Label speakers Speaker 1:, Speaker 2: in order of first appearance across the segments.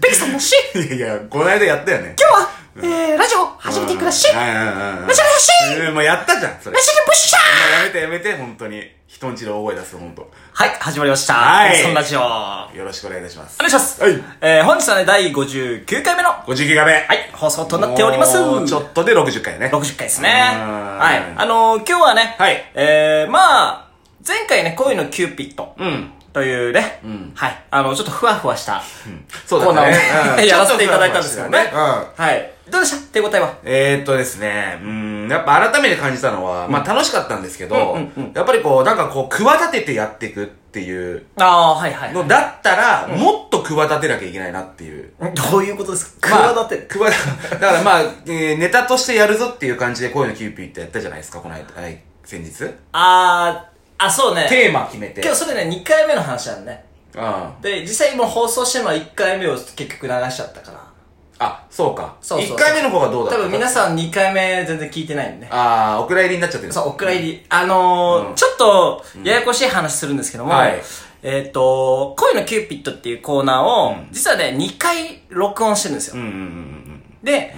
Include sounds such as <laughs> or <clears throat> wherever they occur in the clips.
Speaker 1: ベキさんのし、今
Speaker 2: いやいや、この間やったよね。
Speaker 1: 日は、えー、ラジオ始めてくだし、
Speaker 2: うん
Speaker 1: ラジ
Speaker 2: うんうんうん
Speaker 1: ラジオだし
Speaker 2: うんもうやったじゃん、
Speaker 1: オ
Speaker 2: それ。
Speaker 1: で
Speaker 2: も
Speaker 1: ブッシャー
Speaker 2: うやめてやめて、本当に。人んちで大声出すと、本当。
Speaker 1: はい、始まりました。
Speaker 2: はい
Speaker 1: そんラジオ。お願
Speaker 2: よろしくお願いいたします。
Speaker 1: いします。
Speaker 2: はい
Speaker 1: えー、本日はね、第59回目の、は、
Speaker 2: 59回目。はい
Speaker 1: 放送となっております。
Speaker 2: ちょっとで60回ね。
Speaker 1: 60回ですね。
Speaker 2: うーん
Speaker 1: はい。あのー、今日はね、
Speaker 2: はい
Speaker 1: えー、まあ、前回ね、恋のキューピッド。
Speaker 2: うん。
Speaker 1: というね、
Speaker 2: ん
Speaker 1: はい。あの、ちょっとふわふわした、
Speaker 2: そう
Speaker 1: コーナ
Speaker 2: だ
Speaker 1: ーを
Speaker 2: ね。
Speaker 1: <laughs> ねやらせていただいたんですけどね
Speaker 2: ちょっとふわふわしてたねうん。
Speaker 1: はい。どうでした手応えは。
Speaker 2: えー、っとですね、うん、やっぱ改めて感じたのは、まあ楽しかったんですけど、
Speaker 1: うんうんうん
Speaker 2: やっぱりこう、なんかこう、企ててやっていくっていう
Speaker 1: ああー、はいはい。
Speaker 2: のだったら、もっと企てなきゃいけないなっていう。
Speaker 1: どういうこと <laughs> ですか
Speaker 2: まあ
Speaker 1: 企てる。
Speaker 2: 企て、だからまあ、えーネタとしてやるぞっていう感じで、こういうのキューピーってやったじゃないですか、この間、はい先日。
Speaker 1: あー、あ、そうね。
Speaker 2: テーマ決めて。
Speaker 1: 今日それね、2回目の話なんね。
Speaker 2: うん。
Speaker 1: で、実際もう放送してるのは1回目を結局流しちゃったから。
Speaker 2: あ、そうか。
Speaker 1: そうそうそう
Speaker 2: 1回目の方がどうだっ
Speaker 1: 多
Speaker 2: た
Speaker 1: 分皆
Speaker 2: ん。
Speaker 1: さん2回目全然聞いてないんでね。
Speaker 2: あー、お蔵入りになっちゃってる。
Speaker 1: そう、お蔵入り。あのー
Speaker 2: うん
Speaker 1: ちょっと、ややこしい話するんですけども、
Speaker 2: はい
Speaker 1: えっ、と、恋のキューピッドっていうコーナーを、
Speaker 2: うん
Speaker 1: 実はね、2回録音してるんですよ。
Speaker 2: うんうんうんうん
Speaker 1: で、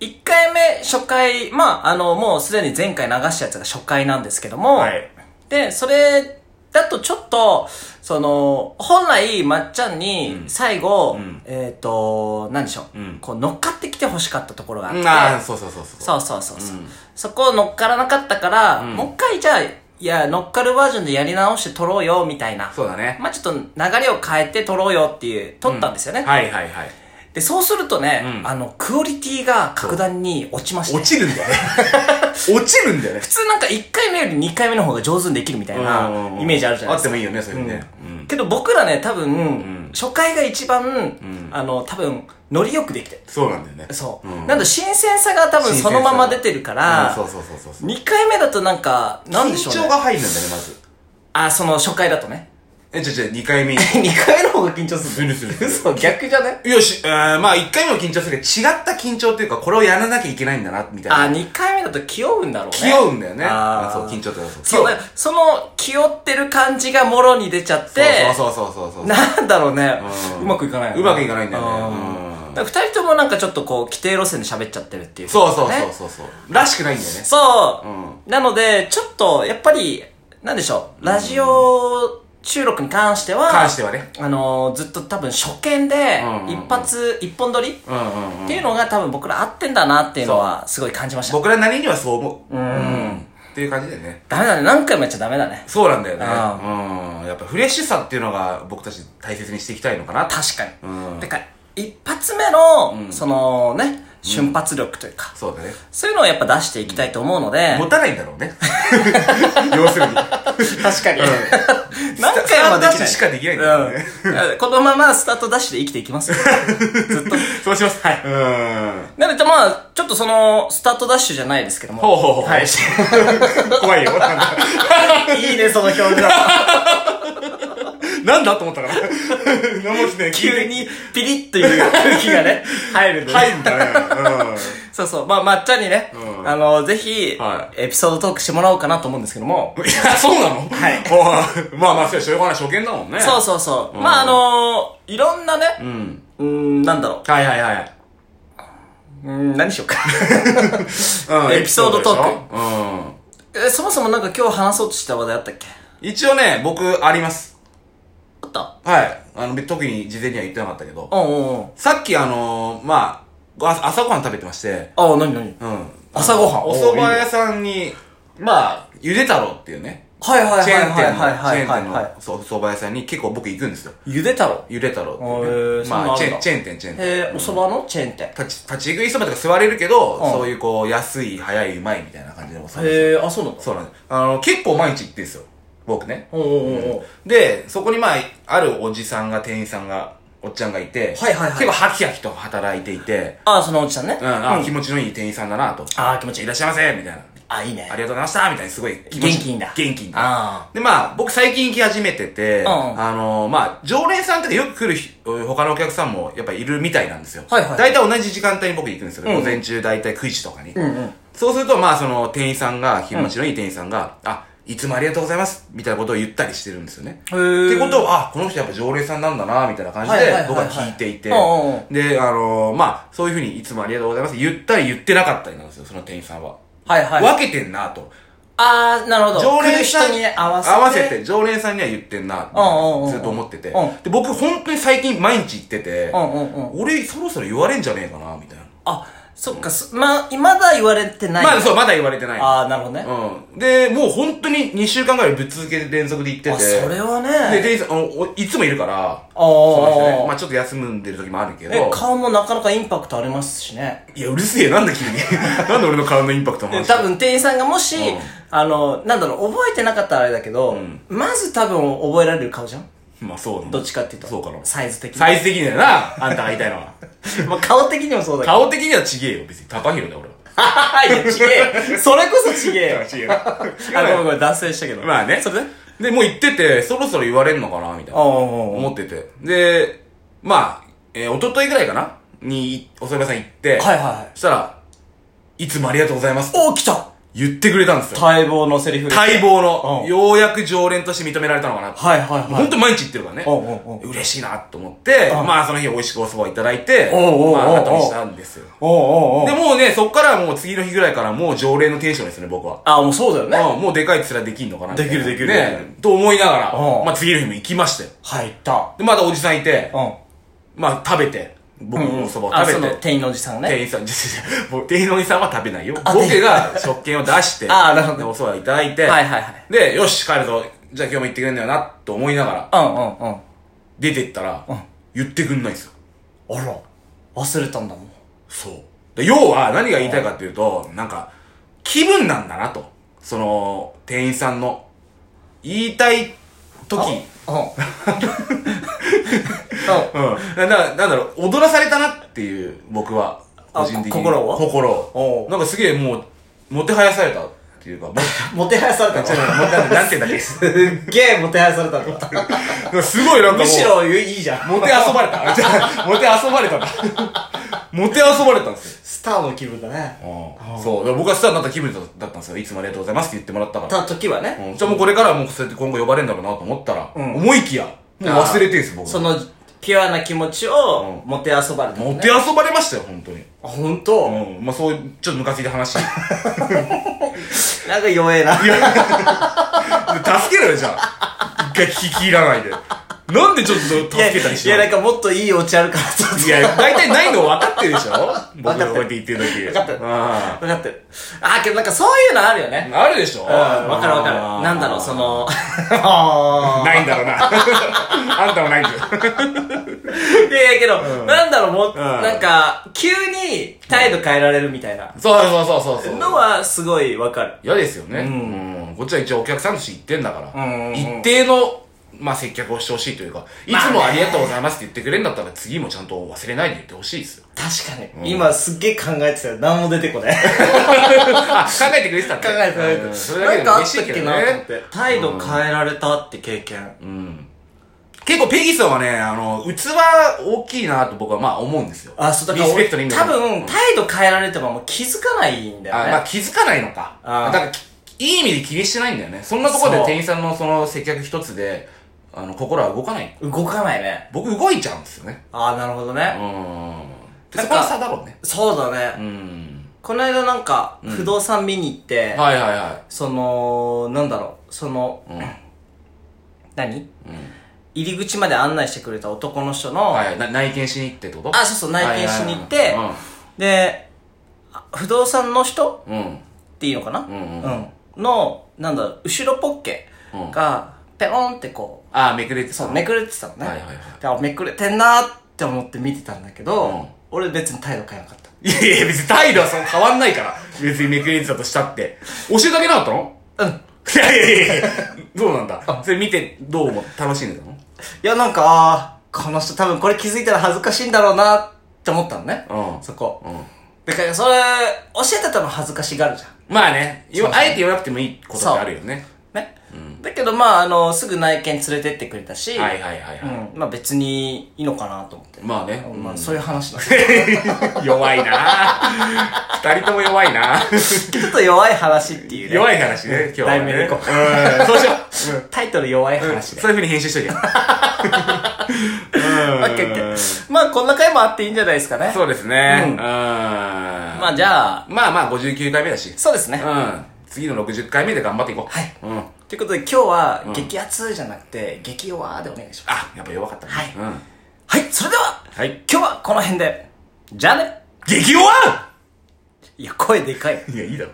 Speaker 1: 1回目、初回、まあ、あの、もうすでに前回流したやつが初回なんですけど
Speaker 2: うん。
Speaker 1: も、
Speaker 2: はい。
Speaker 1: で、それだとちょっと、その、本来、まっちゃんに
Speaker 2: う、ん
Speaker 1: 最後、
Speaker 2: うん
Speaker 1: えっ、と、なんでしょう、
Speaker 2: うん
Speaker 1: こう、乗っかってきて欲しかったところがあって、
Speaker 2: うんあー、そうそうそうそう。
Speaker 1: そうそうそうそう、
Speaker 2: うん
Speaker 1: そこを乗っからなかったから、
Speaker 2: うん
Speaker 1: もう一回じゃあ、いや、乗っかるバージョンでやり直して撮ろうよ、みたいな。
Speaker 2: そうだね。
Speaker 1: まあちょっと流れを変えて撮ろうよっていう、撮ったんですよね。
Speaker 2: はいはいはい。
Speaker 1: で、そうするとね、
Speaker 2: うん
Speaker 1: あの、クオリティが格段に落ちました。
Speaker 2: 落
Speaker 1: 普
Speaker 2: ちるんだ
Speaker 1: <laughs>
Speaker 2: よね。落ちるんだよね。
Speaker 1: 通なんか1回目より2回目の方が上手にできるみたいなイメージあるじゃない
Speaker 2: あ
Speaker 1: で
Speaker 2: っ
Speaker 1: す
Speaker 2: て
Speaker 1: か。
Speaker 2: もいいよね、そういうのね。うん。
Speaker 1: けど僕らね、多分、
Speaker 2: ん
Speaker 1: 初回が一番、
Speaker 2: ん
Speaker 1: あの、多分、ノリよくできて
Speaker 2: そうなんだよね。
Speaker 1: そう。
Speaker 2: ん
Speaker 1: なんで新鮮さが多分そのまま出てるから、
Speaker 2: うんそうそうそうそうそう。
Speaker 1: 2回目だとなんか、なんでしょう
Speaker 2: 緊張
Speaker 1: ね。
Speaker 2: が入るんだよね、まず。
Speaker 1: あ、その初回だとね。 <laughs>
Speaker 2: え、ちょちょ、2回目。
Speaker 1: 2回目の方が緊張す
Speaker 2: す
Speaker 1: る。
Speaker 2: るする。
Speaker 1: <laughs> 嘘、逆じゃね
Speaker 2: よし、えーまあ1回目も緊張するけど、違った緊張っていうか、これをやらなきゃいけないんだな、みたいな。
Speaker 1: あ、2回目だと気負うんだろうね。
Speaker 2: 気負うんだよね。
Speaker 1: あー
Speaker 2: あそう、緊張ってそう。
Speaker 1: そうね。その、気負ってる感じがもろに出ちゃって、
Speaker 2: そうそうそうそうそうそう。
Speaker 1: なんだろうね、う
Speaker 2: うん
Speaker 1: まくいかないよね
Speaker 2: うまくいかないんだよね
Speaker 1: うん
Speaker 2: うん
Speaker 1: だから二人ともなんかちょっとこう、規定路線で喋っちゃってるっていう、
Speaker 2: そうそう
Speaker 1: ね
Speaker 2: そうそうそう。らしくないんだよね。
Speaker 1: そう、
Speaker 2: う
Speaker 1: なので、ちょっと、やっぱり、なんでしょう、ラジオ収録に関しては、
Speaker 2: 関してはね。
Speaker 1: あのーずっと多分初見で
Speaker 2: うんうんうん
Speaker 1: 一発、一本撮りっ
Speaker 2: うんうんうん。
Speaker 1: ていうのが多分僕ら合ってんだなっていうのはすごい感じました。
Speaker 2: 僕らなりにはそう思う。うん。っていう感じだよね。
Speaker 1: ダメだね。何回もやっちゃダメだね。
Speaker 2: そうなんだよね。
Speaker 1: あ
Speaker 2: うん。やっぱフレッシュさっていうのが僕たち大切にしていきたいのかな。
Speaker 1: 確かに。
Speaker 2: うん
Speaker 1: てか、一発目の、
Speaker 2: ん
Speaker 1: そのね、瞬発力というか、
Speaker 2: そうだね。
Speaker 1: そういうのをやっぱ出していきたいと思うので、
Speaker 2: 持たないんだろう <laughs> ね。要するに。
Speaker 1: 確かに。
Speaker 2: <laughs>
Speaker 1: 何
Speaker 2: スタ
Speaker 1: 回
Speaker 2: ー
Speaker 1: も
Speaker 2: ト
Speaker 1: で
Speaker 2: ダ
Speaker 1: き
Speaker 2: ッ
Speaker 1: ない。
Speaker 2: シュしかできないんだよね
Speaker 1: <laughs> うんいやこのままスタートダッシュで生きていきますよ。ずっと。
Speaker 2: そうします。はい。うん。
Speaker 1: なので、まあ、ちょっとその、スタートダッシュじゃないですけども。
Speaker 2: ほうほうほう。
Speaker 1: はい。
Speaker 2: <laughs> 怖いよ。なんだ
Speaker 1: いいね、その表情。
Speaker 2: なんだと思ったから。 <laughs> 何もして
Speaker 1: <laughs> 急。にピリッという空気がね、入るんで、ね。
Speaker 2: 入んだね。うん。
Speaker 1: <laughs> そうそう。 <laughs> まあ、まっちゃんにね、
Speaker 2: うん
Speaker 1: あの、ぜひ、
Speaker 2: は
Speaker 1: エピソードトークしてもらおうかなと思うんですけども。
Speaker 2: いや、そうなの
Speaker 1: はい <laughs>
Speaker 2: い。まあまあ、そうしょうがない。初見だもんね。
Speaker 1: そうそうそう。
Speaker 2: うん
Speaker 1: まあ、あのいろんなね、
Speaker 2: う。うん。
Speaker 1: うーん、なんだろ
Speaker 2: はいはいはい。
Speaker 1: う。うーん、何しようか。
Speaker 2: うん
Speaker 1: エピソードトーク
Speaker 2: エピソでしょうん。
Speaker 1: <laughs> え、そもそもなんか今日話そうとした話題あったっけ
Speaker 2: 一応ね、僕、あります。
Speaker 1: あった
Speaker 2: はい。あの、特に事前には言ってなかったけど。
Speaker 1: うんうんうん。
Speaker 2: さっきあのー、まあご、朝朝ごはん食べてまして、
Speaker 1: あ、なになに
Speaker 2: うん。
Speaker 1: 朝ごはん
Speaker 2: お蕎麦屋さんに、まあ、ゆで太郎っていうね、
Speaker 1: はいはいはい
Speaker 2: チェーン
Speaker 1: はい
Speaker 2: 店の、
Speaker 1: はいは
Speaker 2: チ
Speaker 1: い
Speaker 2: ェーン
Speaker 1: はい
Speaker 2: 店
Speaker 1: はい
Speaker 2: のそうお蕎麦屋さんに結構僕行くんですよ。
Speaker 1: ゆで太郎
Speaker 2: ゆで太郎って
Speaker 1: へ
Speaker 2: い
Speaker 1: ー
Speaker 2: うね。
Speaker 1: そんな
Speaker 2: ま
Speaker 1: あ
Speaker 2: あ、
Speaker 1: んだ
Speaker 2: チェーン、チェーン店、チェーン店。
Speaker 1: えー、お蕎麦のチェーン店
Speaker 2: 立ち、立ち食いそばとか座れるけど、
Speaker 1: うん
Speaker 2: そういうこう、安い、早い、うまいみたいな感じでお蕎麦屋
Speaker 1: へえー、あ、そうなんだ
Speaker 2: そうなんです。あの、結構毎日行ってんですよ。僕ね。
Speaker 1: おうおうおうおう
Speaker 2: で、そこにまあ、あるおじさんが、店員さんが、おっちゃんがいて、
Speaker 1: はいはいはい
Speaker 2: 結構ハキハキと働いていて、
Speaker 1: あ、そのおじさんね
Speaker 2: うん、あ、気持ちのいい店員さんだなと。
Speaker 1: あー気持ちいい
Speaker 2: いらっしゃいませみたいな。
Speaker 1: あ、いいね
Speaker 2: ありがとうございましたみたいにすごい気持ち
Speaker 1: 元気いいんだ
Speaker 2: 元気いいんだ。
Speaker 1: あ
Speaker 2: で、まあ、僕最近行き始めて
Speaker 1: ん
Speaker 2: て、
Speaker 1: うん
Speaker 2: あのまあ、常連さんとかよく来るひ他のお客さんもやっぱいるみたいなんですよ。
Speaker 1: はいはい
Speaker 2: 大体同じ時間帯に僕行くんですよ。
Speaker 1: うんうん
Speaker 2: 午前中大体9時とかに。
Speaker 1: うんうん
Speaker 2: そうすると、まあ、その店員さんが、気持ちのいい店員さんが、あ、いつもありがとうございますみたいなことを言ったりしてるんですよね。
Speaker 1: へー
Speaker 2: ってことを、あ、この人やっぱ常連さんなんだな、みたいな感じ
Speaker 1: はい
Speaker 2: で
Speaker 1: はいはいはい
Speaker 2: 僕は聞いていて
Speaker 1: うんうんう、
Speaker 2: で、あのーまあ、そういうふうにいつもありがとうございます言ったり言ってなかったりなんですよ、その店員さんは。
Speaker 1: はいはい。
Speaker 2: 分けてんなと。
Speaker 1: あー、なるほど。
Speaker 2: 常
Speaker 1: 来
Speaker 2: 連
Speaker 1: る
Speaker 2: さん
Speaker 1: 人にね合わせて。
Speaker 2: て、常連さんには言ってんな
Speaker 1: うんうんうんう、ん
Speaker 2: ずっと思ってて
Speaker 1: うん。
Speaker 2: で、僕本当に最近毎日行ってて
Speaker 1: う、んうんうん。
Speaker 2: 俺そろそろ言われんじゃねえかな、みたいな。
Speaker 1: あ、そっか、すま、まだ言われてない。
Speaker 2: まあそう、まだ言われてない。
Speaker 1: あー、なるほどね。
Speaker 2: うん。で、もう本当に2週間ぐらいぶっ続けて連続で行ってて。
Speaker 1: あ、それは
Speaker 2: で、
Speaker 1: ね。
Speaker 2: 店員さん、あのおいつもいるから、
Speaker 1: あー
Speaker 2: その人ね。まあちょっと休んでる時もあるけ
Speaker 1: え
Speaker 2: ど、。
Speaker 1: 顔もなかなかインパクトありますしね。
Speaker 2: いや、うるせえ、なんだ急に。 <laughs> なんで俺の顔のインパクトの
Speaker 1: で
Speaker 2: 話
Speaker 1: 多分店員さんがもし、
Speaker 2: うん
Speaker 1: あの、なんだろう、覚えてなかったらあれだけど、
Speaker 2: うん
Speaker 1: まず多分覚えられる顔じゃん
Speaker 2: まあそうなの
Speaker 1: どっちかっていうと。
Speaker 2: そうかな。
Speaker 1: サイズ的に。
Speaker 2: サイズ的にだよな、あんたが言いたいのは。
Speaker 1: まあ、顔的にもそうだけど。
Speaker 2: 顔的にはちげえよ、別に。高弘だよ、俺は。
Speaker 1: <laughs> いや、ちげえ。それこそちげえよ。
Speaker 2: 違う
Speaker 1: <laughs> あ、ごめんごめん、脱線したけど。
Speaker 2: まあね。
Speaker 1: それで
Speaker 2: で、もう言ってて、そろそろ言われんのかな、みたいな。
Speaker 1: おー。
Speaker 2: 思ってて。で、まあ、えー、一昨日ぐらいかなに、おそば屋さん行って、
Speaker 1: はいはいはい。
Speaker 2: そしたら、いつもありがとうございますって
Speaker 1: おー、来た
Speaker 2: 言ってくれたんですよ。
Speaker 1: 待望のセリフ。
Speaker 2: 待望の、
Speaker 1: うん
Speaker 2: ようやく常連として認められたのかなって。
Speaker 1: はいはいはい。
Speaker 2: 本当に毎日行ってるからね。
Speaker 1: おうおうおう
Speaker 2: 嬉しいなと思って、
Speaker 1: うん
Speaker 2: まあその日美味しくお蕎麦いただいて、
Speaker 1: おうおうおうおう
Speaker 2: まあ後にしたんですよ。
Speaker 1: おうおうおう
Speaker 2: で、もうね、そっからはもう次の日ぐらいからもう常連のテンションですね、僕は。
Speaker 1: あ、もうそうだよね。
Speaker 2: うんもうでかい面できんのかなみたいな
Speaker 1: できるできる
Speaker 2: ねと思いながら、
Speaker 1: うん
Speaker 2: まあ次の日も行きましたよ。
Speaker 1: 入った。
Speaker 2: で、まだおじさんいて、
Speaker 1: うん。
Speaker 2: まあ食べて、僕
Speaker 1: うん
Speaker 2: もお蕎麦
Speaker 1: あ、
Speaker 2: を
Speaker 1: そ
Speaker 2: 食べ
Speaker 1: の
Speaker 2: て、
Speaker 1: 店員のおじさんがね。
Speaker 2: 店員さん、違う違う違う僕店員のおじさんは食べないよ。
Speaker 1: あ
Speaker 2: 僕が食券を出し
Speaker 1: <laughs>
Speaker 2: て、
Speaker 1: あなるほど
Speaker 2: でお蕎麦いただいて、
Speaker 1: はいはいはい。
Speaker 2: で、よし、帰るぞ。じゃあ今日も行ってくれんだよな、と思いながら、
Speaker 1: うんうんうん。
Speaker 2: 出てったら、
Speaker 1: ん
Speaker 2: 言ってくんないんですよ。
Speaker 1: あら、忘れたんだもん。
Speaker 2: そう。で要は、何が言いたいかっていうと、なんか、気分なんだなと。その、店員さんの、言いたい時、
Speaker 1: うん。 <laughs> うん。
Speaker 2: うん。な、な、なんだろう、踊らされたなっていう、僕は、
Speaker 1: あ
Speaker 2: 個人的に。
Speaker 1: こ心を
Speaker 2: 心
Speaker 1: お
Speaker 2: を
Speaker 1: う。
Speaker 2: なんかすげえもう、もてはやされたっていうか、も <laughs>
Speaker 1: もてはやされた
Speaker 2: ちょっと
Speaker 1: の
Speaker 2: もてはやなんて言うんだっ
Speaker 1: すっげえもてはやされたの。
Speaker 2: けすごいなんかもう、
Speaker 1: むしろいいじゃん。
Speaker 2: もて遊ば
Speaker 1: <laughs>
Speaker 2: れた。じゃあもて遊ばれたんだ。もて遊ばれたんですよ。
Speaker 1: スターの気分だね。
Speaker 2: そう。だから僕はスターになった気分だったんですよ。いつもありがとうございますって言ってもらったから。
Speaker 1: た時はね。
Speaker 2: うんじゃあもうこれからはもうそうやって今後呼ばれるんだろうなと思ったら、
Speaker 1: うん
Speaker 2: 思いきや、もう忘れてるんですよ、僕。
Speaker 1: その、ピュアな気持ちを、
Speaker 2: う
Speaker 1: もてあそばれたのね。
Speaker 2: もて遊ばれましたよ、本当に。
Speaker 1: あ、ほんと
Speaker 2: うん。まあそういう、ちょっとムカついた話。
Speaker 1: なんか弱えな。
Speaker 2: 助けろよ、じゃあ。一回聞き入らないで。なんでちょっと
Speaker 1: いや
Speaker 2: 助けたりしないい
Speaker 1: や、なんかもっといいお茶あるから、ちょっと
Speaker 2: いや、大体ないの <laughs> 分かってるでしょ僕
Speaker 1: 分かっ
Speaker 2: が
Speaker 1: てる
Speaker 2: こうやって言ってる時。
Speaker 1: 分かってる
Speaker 2: あ
Speaker 1: 分かってる。あー、けどなんかそういうのあるよね。
Speaker 2: ああるでし
Speaker 1: う
Speaker 2: ょ
Speaker 1: ん、わかるわかる。なんだろう、そ。の、あ
Speaker 2: ないんだろう <laughs> な。あんたもないんだよ。
Speaker 1: <laughs> ーいやいやけど、なんだろう、もう、
Speaker 2: ん
Speaker 1: なんか、急に態度変えられるみたいな
Speaker 2: そうそうそうそうそう。
Speaker 1: の
Speaker 2: <laughs>
Speaker 1: はすごいわかる。
Speaker 2: 嫌ですよね。
Speaker 1: ん
Speaker 2: うんこっちは一応お客さんとして行ってんだから。
Speaker 1: うんうんうん
Speaker 2: 一定の、まあ、接客をしてほしいというか、いつもありがとうございますって言ってくれるんだったら、次もちゃんと忘れないで言ってほしいですよ。
Speaker 1: 確かに。今すっげえ考えてたよ。何も出てこ
Speaker 2: <laughs>
Speaker 1: ない。考
Speaker 2: あ、考えてくれてたんだ
Speaker 1: えてない
Speaker 2: うんそれ
Speaker 1: な
Speaker 2: だけで
Speaker 1: んか
Speaker 2: も
Speaker 1: あっ
Speaker 2: 嬉した
Speaker 1: っ
Speaker 2: いけ
Speaker 1: け
Speaker 2: ど
Speaker 1: なと思っ
Speaker 2: ね。
Speaker 1: て。態度変えられたって経験。
Speaker 2: うん結構ペギさんはね、あの、器大きいなと僕はまあ思うんですよ。
Speaker 1: あ、そう、だ
Speaker 2: リ
Speaker 1: から
Speaker 2: スペ
Speaker 1: 俺、
Speaker 2: クトの意味で
Speaker 1: 多分、態度変えられてももう気づかないんだ
Speaker 2: あ
Speaker 1: よね。
Speaker 2: まあ気づかないのか。
Speaker 1: あー
Speaker 2: だからき、いい意味で気にしてないんだよね。そんなところで
Speaker 1: そう
Speaker 2: 店員さんのその接客一つで、あの、心は動かない。
Speaker 1: 動かないね。
Speaker 2: 僕動いちゃうんですよね。
Speaker 1: ああ、なるほど
Speaker 2: う
Speaker 1: ね。
Speaker 2: ーん。
Speaker 1: なんか
Speaker 2: そこは差だろうね。
Speaker 1: そうだ
Speaker 2: う
Speaker 1: ね。
Speaker 2: ん。
Speaker 1: この間なんか、不動産見に行って、
Speaker 2: はいはいは
Speaker 1: その、なんだろう、その、
Speaker 2: い。うん。
Speaker 1: <clears throat> 何
Speaker 2: うん
Speaker 1: 入り口まで案内してくれた男の人の、
Speaker 2: はい、な内見しに行ってってこと
Speaker 1: あ、そうそう、内見しに行って、
Speaker 2: はいはい
Speaker 1: で、あ不動産の人
Speaker 2: はいうん。
Speaker 1: っていいのかな、
Speaker 2: うんうん
Speaker 1: うんの、なんだろう、後ろポッケ
Speaker 2: うん
Speaker 1: が、ペロンってこう、
Speaker 2: あー、めくれてた
Speaker 1: そう、めくれてたのね。
Speaker 2: はいはいはい
Speaker 1: であめくれてんなーって思って見てたんだけど、
Speaker 2: うん
Speaker 1: 俺別に態度変えなかった。
Speaker 2: いやいや、別に態度はその変わんないから。別にめくれてたとしたって。教えてあげなかったの
Speaker 1: うん。い
Speaker 2: いやいやいやどうなんだそれ見てどうも楽しんでたの
Speaker 1: や、なんか、あー、この人多分これ気づいたら恥ずかしいんだろうなって思ったのね。
Speaker 2: うん
Speaker 1: そこ。
Speaker 2: うん。
Speaker 1: だから、それ、教えてたの恥ずかしがるじゃん。
Speaker 2: まあね、言わあえて言わなくてもいいことってあるよね。
Speaker 1: ね。だけど、まあ、あの、すぐ内見連れてってくれたし、
Speaker 2: はいはいはいは
Speaker 1: うん、まあ別にいいのかなと思って。
Speaker 2: まあね
Speaker 1: ま
Speaker 2: う
Speaker 1: あ
Speaker 2: ん
Speaker 1: そういう話なんです
Speaker 2: い。弱いな二人とも弱
Speaker 1: <laughs>
Speaker 2: いな
Speaker 1: けどちょっと弱い話っていうね。
Speaker 2: 弱い話ね、今日は、ね。
Speaker 1: 題名でいこう
Speaker 2: うん、そうしよ。
Speaker 1: <laughs> タイトル弱いう
Speaker 2: うん
Speaker 1: 話で。
Speaker 2: そういう風に編集しといて。うん。
Speaker 1: オッケーオッケー。まあこんな回もあっていいんじゃないですかね。
Speaker 2: そうですね。
Speaker 1: うん
Speaker 2: うん。ま
Speaker 1: まあじゃあ、
Speaker 2: まあまあ、59回目だし。
Speaker 1: そうですね。
Speaker 2: うん。次の60回目で頑張っていこう。
Speaker 1: はい。
Speaker 2: うん。
Speaker 1: ということで今日は激熱じゃなくて、激弱でお願いします。
Speaker 2: あ、やっぱ弱かったね。
Speaker 1: はい
Speaker 2: うん。
Speaker 1: はい、それでは、
Speaker 2: はい。
Speaker 1: 今日はこの辺で。じゃあね。
Speaker 2: 激弱
Speaker 1: いや、声でかい。
Speaker 2: いや、いいだろ。